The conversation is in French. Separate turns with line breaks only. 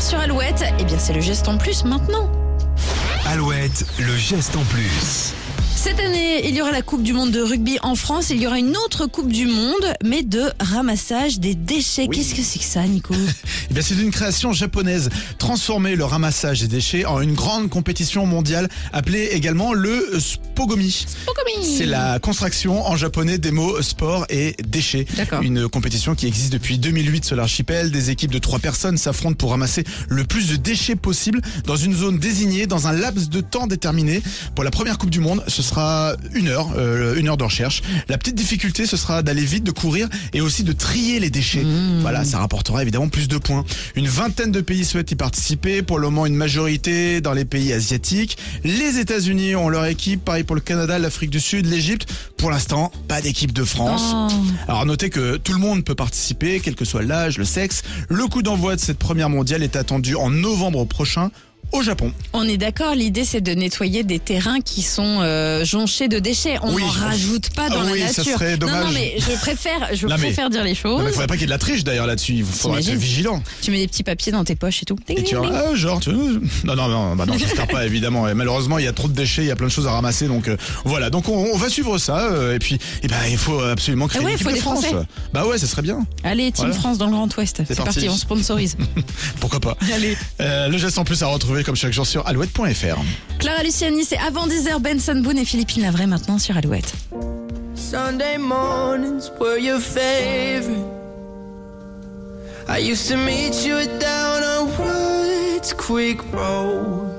sur Alouette, eh bien c'est le geste en plus maintenant.
Alouette, le geste en plus.
Cette année, il y aura la Coupe du Monde de rugby en France, il y aura une autre Coupe du Monde, mais de ramassage des déchets. Qu'est-ce que c'est que ça, Nico
Eh bien, c'est une création japonaise. Transformer le ramassage des déchets en une grande compétition mondiale appelée également le Spogomi. C'est la contraction en japonais des mots sport et déchets.
D'accord.
Une compétition qui existe depuis 2008 sur l'archipel. Des équipes de trois personnes s'affrontent pour ramasser le plus de déchets possible dans une zone désignée, dans un laps de temps déterminé. Pour la première Coupe du Monde, ce sera une heure, euh, une heure de recherche. La petite difficulté, ce sera d'aller vite, de courir et aussi de trier les déchets. Voilà, ça rapportera évidemment plus de points. Une vingtaine de pays souhaitent y participer. Pour le moment, une majorité dans les pays asiatiques. Les États-Unis ont leur équipe. Pareil pour le Canada, l'Afrique du Sud, l'Égypte. Pour l'instant, pas d'équipe de France.
Oh.
Alors notez que tout le monde peut participer, quel que soit l'âge, le sexe. Le coup d'envoi de cette première mondiale est attendu en novembre prochain au Japon.
On est d'accord, l'idée c'est de nettoyer des terrains qui sont euh, jonchés de déchets. On
Oui.
n'en rajoute pas dans
Ah
la
oui, ça
nature.
serait
Non, non,
dommage.
mais je préfère, je
Non, mais-
préfère dire les
Il
choses.
ne faudrait pas qu'il y ait de la triche d'ailleurs là-dessus, il faudrait être
T'imagines
vigilant.
Tu mets des petits papiers dans tes poches et tout. Ding,
Et tu
ding,
vois,
ding.
ah, genre, tu... non, non, non, bah non, j'espère pas, évidemment. Et malheureusement, il y a trop de déchets, il y a plein de choses à ramasser, donc euh, voilà. Donc on, on va suivre ça, euh, et puis, eh ben, il faut absolument créer
Ah ouais,
une équipe
faut
de
des
France.
Français.
Bah ouais, ça serait bien.
Allez, Team
Voilà.
France dans le Grand Ouest. C'est
parti.
parti, on sponsorise.
Pourquoi pas.
Allez.
Euh, le geste en plus à retrouver comme chaque jour sur alouette.fr.
Clara Luciani, c'est avant 10h, Benson Boone et Philippine Lavray maintenant sur Alouette.
Sunday mornings were your favorite. I used to meet you down on Woods Creek Road.